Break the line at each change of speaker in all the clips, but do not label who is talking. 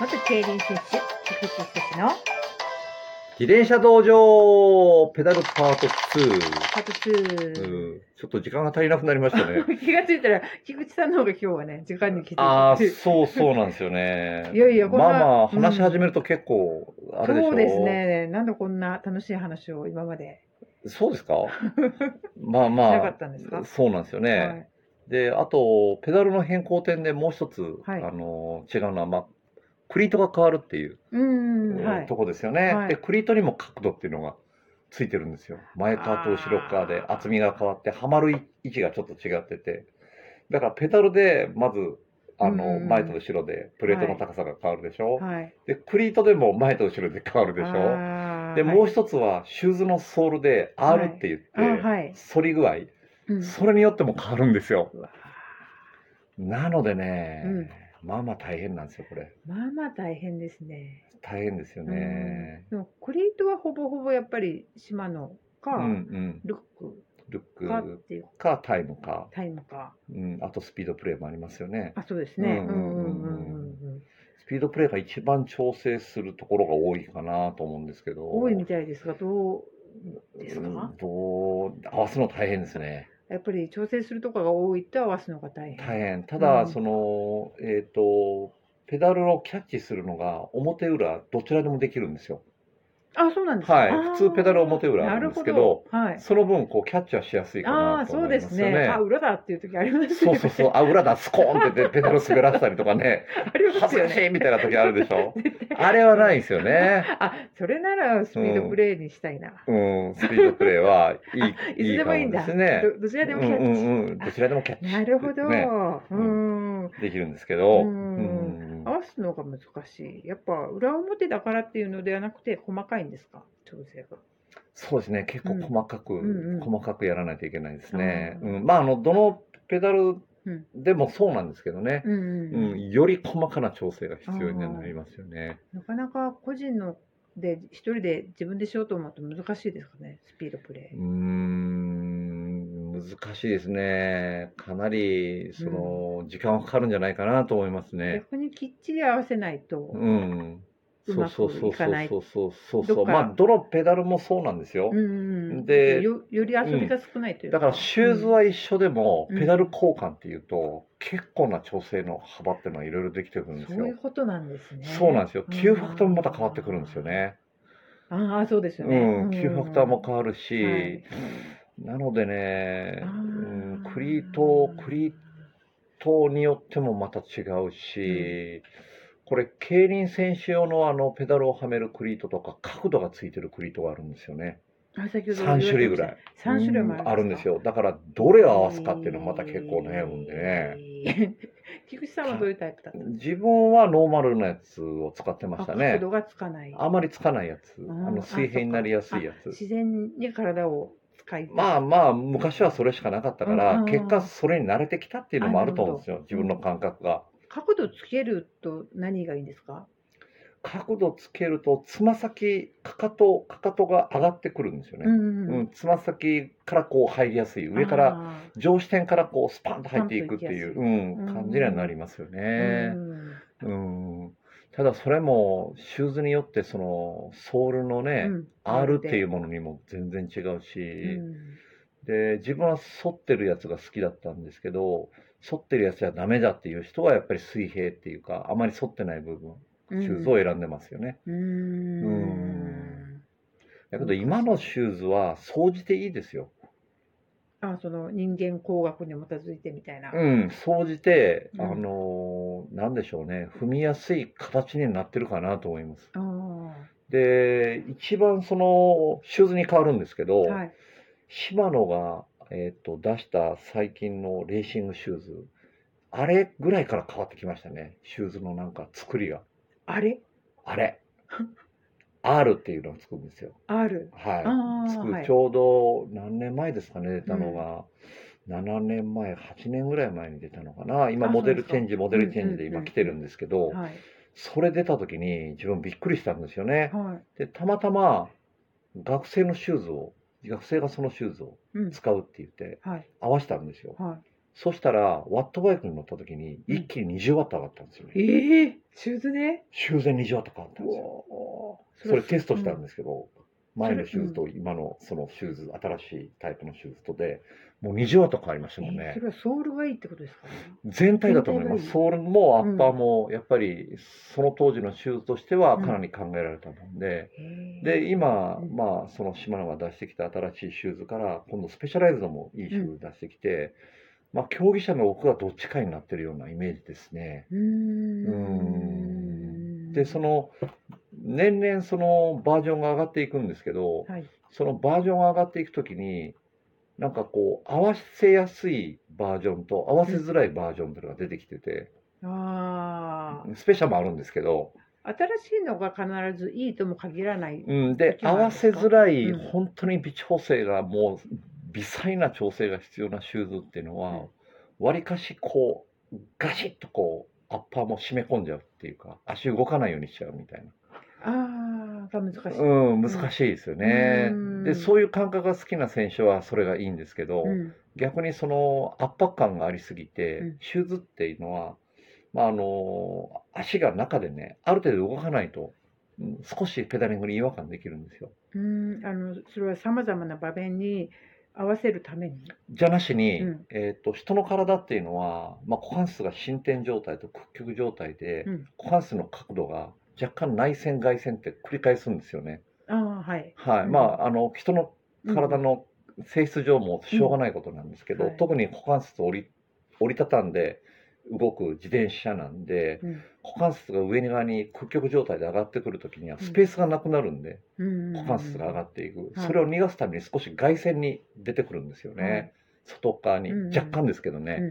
元競輪選手、菊池哲の
自転車道場ペダルパート2。
パート
う
2。
ん、ちょっと時間が足りなくなりましたね。
気がついたら、菊池さんの方が今日はね、時間に気づいて
ああ、
る。
そうそうなんですよね
いやいやこんな
まあまあ、
うん
話し始めると結構、あれでしょ
そうです。ね。なんでこんな楽しい話を今まで
そうで すかまあ
し
ま
なかっ
あ、
たんですか、
そうなんですよね。
はい、
で、あと、ペダルの変更点でもう一つ、
はい
あの、違うのは、まあ、クリートが変わるっていう、
うーん、は
えー
い
と。こですよね、
はい
で、クリートにも角度っていうのがついてるんですよ。前側と後ろ側で
あー
厚みが変わって、はまる位置がちょっと違ってて。だから、ペダルで、まず、あ
うん
の、
うん
前と後ろでプレートの高さが変わるでしょ、
はい。
で、クリートでも前と後ろで変わるでしょ
ょ
で、もう一つは、シューズのソールで
はい
R って言って、
あはい。
反り具合、
うん
それによっても変わるんですよ。
うわ
なのでね、
うん
まあまあ大変なんですよ、これ。
まあまあ大変ですね。
大変ですよね。
うんでもクリートはほぼほぼやっぱり島のか、
うんうん。
ルック
ル
か
ッ
っ
ク
ていう
かタイムか、
タイムか。
うん、あとスピードプレーもありますよね。
あ、そうですね。
う
うん
ん
う
うんん
う
うんん
うんうん。
スピードプレーが一番調整するところが多いかなと思うんですけど。
多いみたいですが、どうですか、
うんどう合わすの大変ですね。
やっぱり調整するとかが多いと合わすのが大変。
大変。ただ、
うん
その、えっ、と、ペダルをキャッチするのが表裏どちらでもできるんですよ。
あ、そうなんですか。
はい
あー
普通ペダル表裏あるんですけど
なるほはい。
その分、こう、キャッチはしやすいか
ああ
な
ー、
と
そ
思
う
いま
です
よ
す
ね。
ね。あ、裏だっていう時あります
そ
よ
う
ね。
そうそう、あ、裏だ、スコーンって出て、ペダル滑らせたりとかね、
ありま
恥
す
ず
よ
かし
ね。
いみたいな時あるでし ょ。あれはないんですよね。
あ、それならスピードプレイにしたいな。
うん、スピードプレ ーはいい、
いつでもいいん
か
だ。
もですね。
どどちらでもキャッチ。
うんうんうん、どちらでもキャッチ。
なるほど。
ね
うーん。
できるんですけど、
う
うんん
合わすのが難しい。やっぱ裏表だからっていうのではなくて細かいんですか調整が。
そうですね、結構細かく、
うんうん
細かくやらないといけないですね。
う
うんんまあ、あの、どのペダルでもそうなんですけどね、
うんうん
う
うん
んより細かな調整が必要になりますよね。
なかなか個人ので一人で自分でしようと思うと難しいですかねスピードプレ
う
イ。
ーん難しいですね。かなり、その、時間はかかるんじゃないかなと思いますね。
逆にきっちり合わせないと。
うん。
う
そ
ま
う
く
そうそう
いかない
そうそうそう
ど
そ
っ
う。
か
まあ、どのペダルもそうなんですよ
う。んうん、
で
よより遊びが少ないという
だから、シューズは一緒でも
う、ん
ペダル交換っていうと、結構な調整の幅っていうのはいろいろできてくるんです
そうい
よ
う。ことなんですね。
そうなんですよ。
うん
9ファクターもまた変わってくるんですよね。
ああそうですよ
う
ね。
ん。9ファクターも変わる
う
し、
んはい
なのでね、
あー
うん、クリート、クリートによってもまた違うし、これ、競輪選手用のあのペダルをはめるクリートとか、角度がついてるクリートがあるんですよね。
あ先ほど
3種類ぐらい。
三種類も
うんあるんです
よ。
よ。だから、どれを合わすかっていうのはまた結構悩むんでね。
ね。 菊池さんはどういうタイプだったんで
自分はノーマルなやつを使ってますし
か角
たね
度。がつかない。
あまりつかないやつ。
ん
あの水平になりやすいやつ。
自然に体を使い。
まあまあ昔はそれしかなかったか
うん
ら、
うんうん
結果それに慣れてきたっていうのもあると思うんですよ自分の感覚が。
角度つけると何がいいんですか
角度つけるとつま先かかとかかとが上がってくるんですよね。
ん
うん、つま先からこう入りやすい上から
あ
上視点からこうスパンと入っていくってい
ス
う、
パ
う
うん
ん、感じにはなりますよ
ー
ね
う。ん
うんただそれもシューズによってそのソールのね、
うん
R っていう
う
ものにも全然違うし。
ん
で自分は反ってるやつが好きだったんですけど反ってるやつじゃダメだっていう人はやっぱり水平っていうかあまり反ってない部分
う
シ
ん
ューズを選んでますよね、
うーん
うんだけど今のシューズは総じていいですよ
あその人間工学に基づいてみたいな、
うん総じて、
うん
あのーなんでしょうね踏みやすい形になってるかなと思います
あ
で一番そのシューズに変わるんですけど、
ーはい
シマノが、えー、と出した最近のレーシングシューズ、あれぐらいから変わってきましたね、シューズのなんか作りが。
あれ
あれ R っていうのがつくんですよ。
R あ
は
ー
い。つ
はい
く、ちょうど何年前ですかね、出たのが。7年前、8年ぐらい前に出たのかな。今、
あ
モデ
そうで
ルチ
す
ェ
か
ンジ、モデルチェンジで
うんうんうんう
今
ん
来てるんですけど、
はい
それ出た時に自分びっくりしたんですよね。
はい
で、たまたま学生のシューズを、学生がそのシューズを
うん
使うって言って、
はい
合わせたんですよ。
はい
そしたら、ワットバイクに乗った時に、
うん
一気に20ワット上がったんですよね。
ええシューズで
修繕20ワット変わったんですよ。
そ
それテストした
うん
ですけど、前のシューズと今のそのシューズ、新しいタイプのシューズとで、もう20ワット変わりましたも
え
ん
ー
ね
そ。れはソールがいいってことですかね。
全体だと思いま
全
す。
体
ソールもアッパーも、やっぱりその当時のシューズとしてはかなり考えられたもんで、
へー
で、今
う、ん
まあ、その島野が出してきた新しいシューズから、今度スペシャライズドもいいシューズ出してきて、まあ、競技者の奥がどっちかになってるようなイメージですね。
うーん
で、その、年々そのバージョンが上がっていくんですけど、
はい
そのバージョンが上がっていくときに、なんかこう、合わせやすいバージョンと合わせづらいバージョンというのが出てきてて、
あー
スペシャルもあるんですけど、
新しいのが必ずいいとも限らない。
うん、で
いけな
合
い
わせづらい、
うん
本当に微調整がもう微細な調整が必要なシューズっていうの
う
はわり、かしこうガシッとこうアッパーも締め込んじゃうっていうか足動かないようにしちゃうみたいな、
ああ、が難しい。
うん、難しいですよね、
うん
でそういう感覚が好きな選手はそれがいいんですけど、
うん
逆にその圧迫感がありすぎて、
うん
シューズっていうのは、まあ、あの足が中でねある程度動かないとうん少しペダリングに違和感できるんですよ。
うん、あのそれはさまざまな場面に合わせるために。
じゃなしに、
うん
えー、と人の体っていうのは、まあ、股関節が伸展状態と屈曲状態で、
うん
股関節の角度が若干内旋外旋って繰り返すんですよね。
ああ、はい。
はい
うん
まあ、あの人の体
の
の性質上もしょうがないことなんですけど、
うんはい
特に股関節を折り折りたたんで動く自転車なんで股関節が上側に屈曲状態で上がってくるときには
うん
スペースがなくなるんで、股
股
関節が上がっていく、
はい
それを逃がすために少し外旋に出てくるんですよね。
はい
外側に
うんうん
若干ですけどね、
う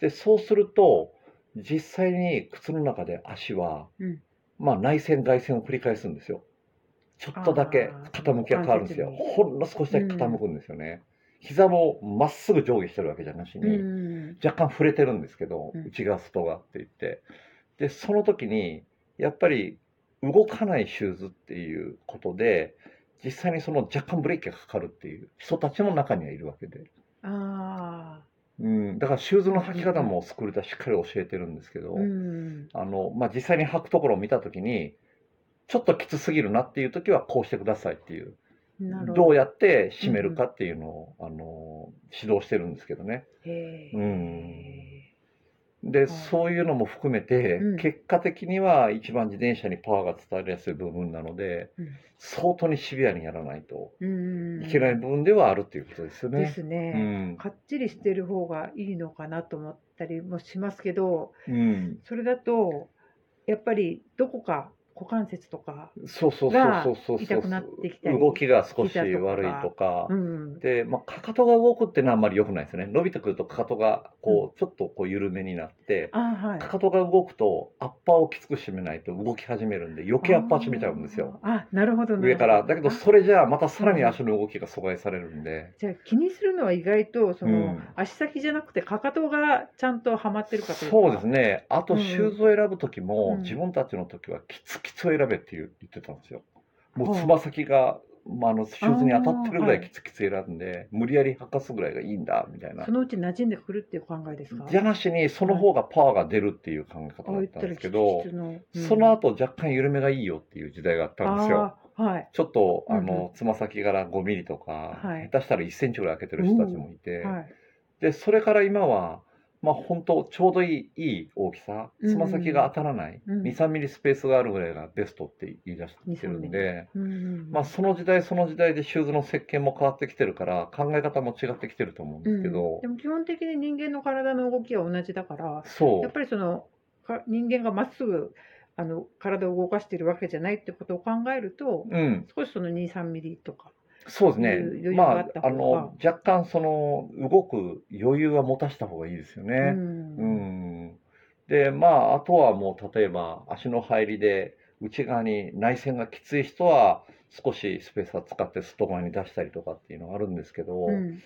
ん
でそうすると実際に靴の中で足は、
うん
まあ内旋外旋を繰り返すんですよちょっとだけ
あー
傾きが変わるんですよ
股関節
ほんの少しだけ傾くんですよね、膝もまっすぐ上下してるわけじゃなしに、
うん
若干触れてるんですけど、
うん
内側外側って言ってでその時にやっぱり動かないシューズっていうことで実際にその若干ブレーキがかかるっていう人たちも中にはいるわけで、
ああ、
うん、だからシューズの履き方もスクールではしっかり教えてるんですけど、
うん、
あのまあ、実際に履くところを見た時にちょっときつすぎるなっていう時はこうしてくださいっていう
なるほ
ど
ど。
うやって締めるかっていうのを、あの指導してるんですけどね。
へー
うんで、
い
そういうのも含めて、
うん
結果的には一番自転車にパワーが伝わりやすい部分なので、
うん
相当にシビアにやらないと
うん
いけない部分ではあるっていうことですよ
で
ね。
す
う
ね。
ん、
かっちりしてる方がいいのかなと思ったりもしますけど、
うん、
それだとやっぱりどこか股関節とか、
そうそう
が
そうそうそうそ
痛
う
くなってきたり
動きが少し悪いとか
う、ん、
で、まあ、かかとが動くっていうのはあんまり良くないですね伸びてくるとかかとがこう、ちょっとこう緩めになって、
あはい
か。かとが動くとアッパーをきつく締めないと動き始めるんで余計アッパー締めちゃうんですよ。
あー。あ、なるほどなるほど
上からだけど
あ
それじゃあまたさらに足の動きが阻害されるんで、
じゃあ気にするのは意外とその、
うん
足先じゃなくてかかとがちゃんとはまってるかというか。
そうですねあと
うん
シューズを選ぶ時も、
うん
自分たちの時はキツキツを選べって言う言ってたんですよもう
はあ
つま先が、まあ、あのシューズに当たってるぐら
あーはい
いキツキツ選んで、無理やり履かすぐらいがいいんだみたいな
そのうち馴染んでくるっていう考えですか。
じゃなしにその方がパワーが出るっていう考え方
あ
だ
言
っ
ったた
ん
ら
ですけ
きつ
ど
きつ、の
その後若干緩めがいいよっていう時代があったんですよ
あーはい。
ちょっとあ
うん
のつま先から5ミリとか、
はい
下手したら1センチぐらい開けてる人たちもいて、
はい。
でそれから今は、まあ、本当ちょうどいいいい大きさ
うん
つま先が当たらない、
うん
23ミリスペースがあるぐらいがベストって言い出してるんで、
うんうん
まあ、その時代その時代でシューズの設計も変わってきてるから考え方も違ってきてると思うんですけど、
うんでも基本的に人間の体の動きは同じだから
そ
やっ
う
ぱりそのか人間がまっすぐあの体を動かしているわけじゃないってことを考えると、
うん、
少しその23ミリとか
そうですね
余裕があ
ま
った
ああ
方が
の若干その動く余裕は持たした方がいいですよね。
う
うんんでまああとはもう例えば足の入りで内側に内線がきつい人は少しスペースを使って外側に出したりとかっていうのがあるんですけど、
うん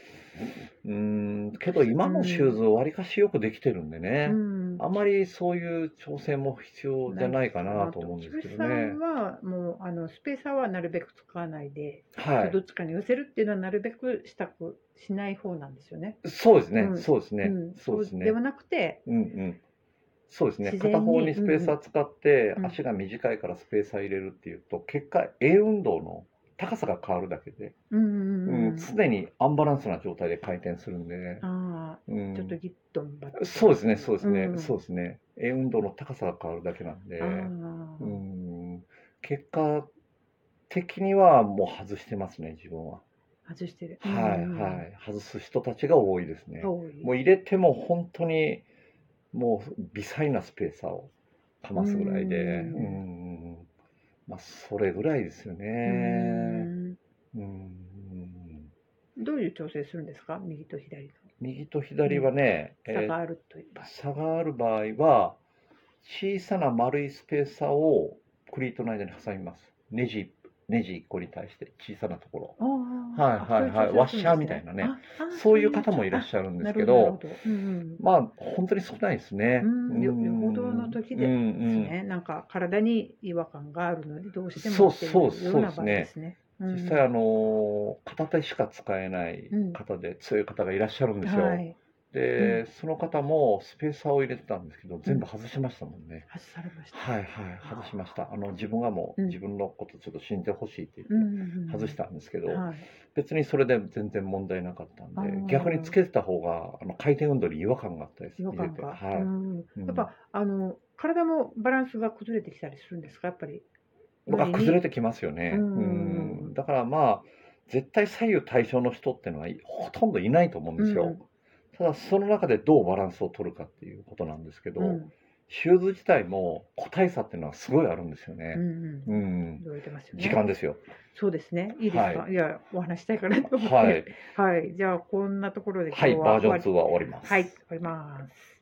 うーんけど今のシューズわりかしよくできてるんでね、
うん
あまりそういう調整も必要じゃないかなと思うんですけど
あと
ね
お客。さんはもうあのスペーサーはなるべく使わないで、
は
どっちかに寄せるっていうのはなるべくしたくしない方なんですよね。
い、そうですね、
うん
そうですね、
うん、
そうですね
では。なくて、
うんうんそうですね
自然に
片方にスペーサー使って、
うんうん
足が短いからスペーサー入れるっていうと結果 A 運動の高さが変わるだけで、
うん
う
うんんうん、
常にアンバランスな状態で回転するんで、ね
あ
う
あ
ん
ちょっとギットンバッ
そうですねそうですね、
うん
そうですね A 運動の高さが変わるだけなんで、
ああ、
うん、結果的にはもう外してますね自分は、
外してる。
はい
うんうん
はい外す人たちが多いですね
多い。
もう入れても本当にもう微細なスペーサーをかますぐらいで、
うん
うんまあそれぐらいですよ
う
ね。
ん
うん
どういう調整するんですか、右と左の
右と左はね、え
差
ー
があるというか。
差がある場合は小さな丸いスペーサーをクリートの間に挟みます。ネジネジ1個に対して小さなところ。
ああ
はいはいはい
あそうう調整するんですね
ワッシャーみたいなね
ああ
そういう方もいらっしゃるんですけど、
なるほどなるほどうんうん
まあ本当に少ないですね。
うんよ
うん
よほどの時で
うんう
です
ん
ね、なんか体に違和感があるのでどうして
そ
も
う
ってい
そう
うような場合ですね。うん
実際、あのー片手しか使えない
うん
方で強い方がいらっしゃるんですよ、
はい、
で、その方もスペーサーを入れてたんですけど全部外しましたもんね、
外されました。
はいはい外しましたあの自分がもう
うん
自分のことちょっと信じてほしいって
う
言って
んうんうん
外し。たんですけど、
はい。
別にそれで全然問題なかったん
あー
で逆につけてた方があの回転運動に違和感があったです
違和感
入れて
が。
はい、
うん
うん
やっぱあの体もバランスが崩れてきたりするんですかやっぱり。
まあ、崩れ
て
てきますよね、
うん
うんだからまあ絶対左右対称の人ってのはほとんどいないと思うんですよ、
うん
ただその中でどうバランスを取るかっていうことなんですけど、
うんうん
シューズ自体も個体差っていうのはすごいあるんですよ
う
ね、
ん
うん
言われてますよね。
時間ですよ
そうですね。いいですか。、
はい
やお話したいかなと思って。
はい、
はい。じゃあこんなところで今
は
日
い、
は
バージ
終
ョ
わり
ン2は終わります
はい終わります。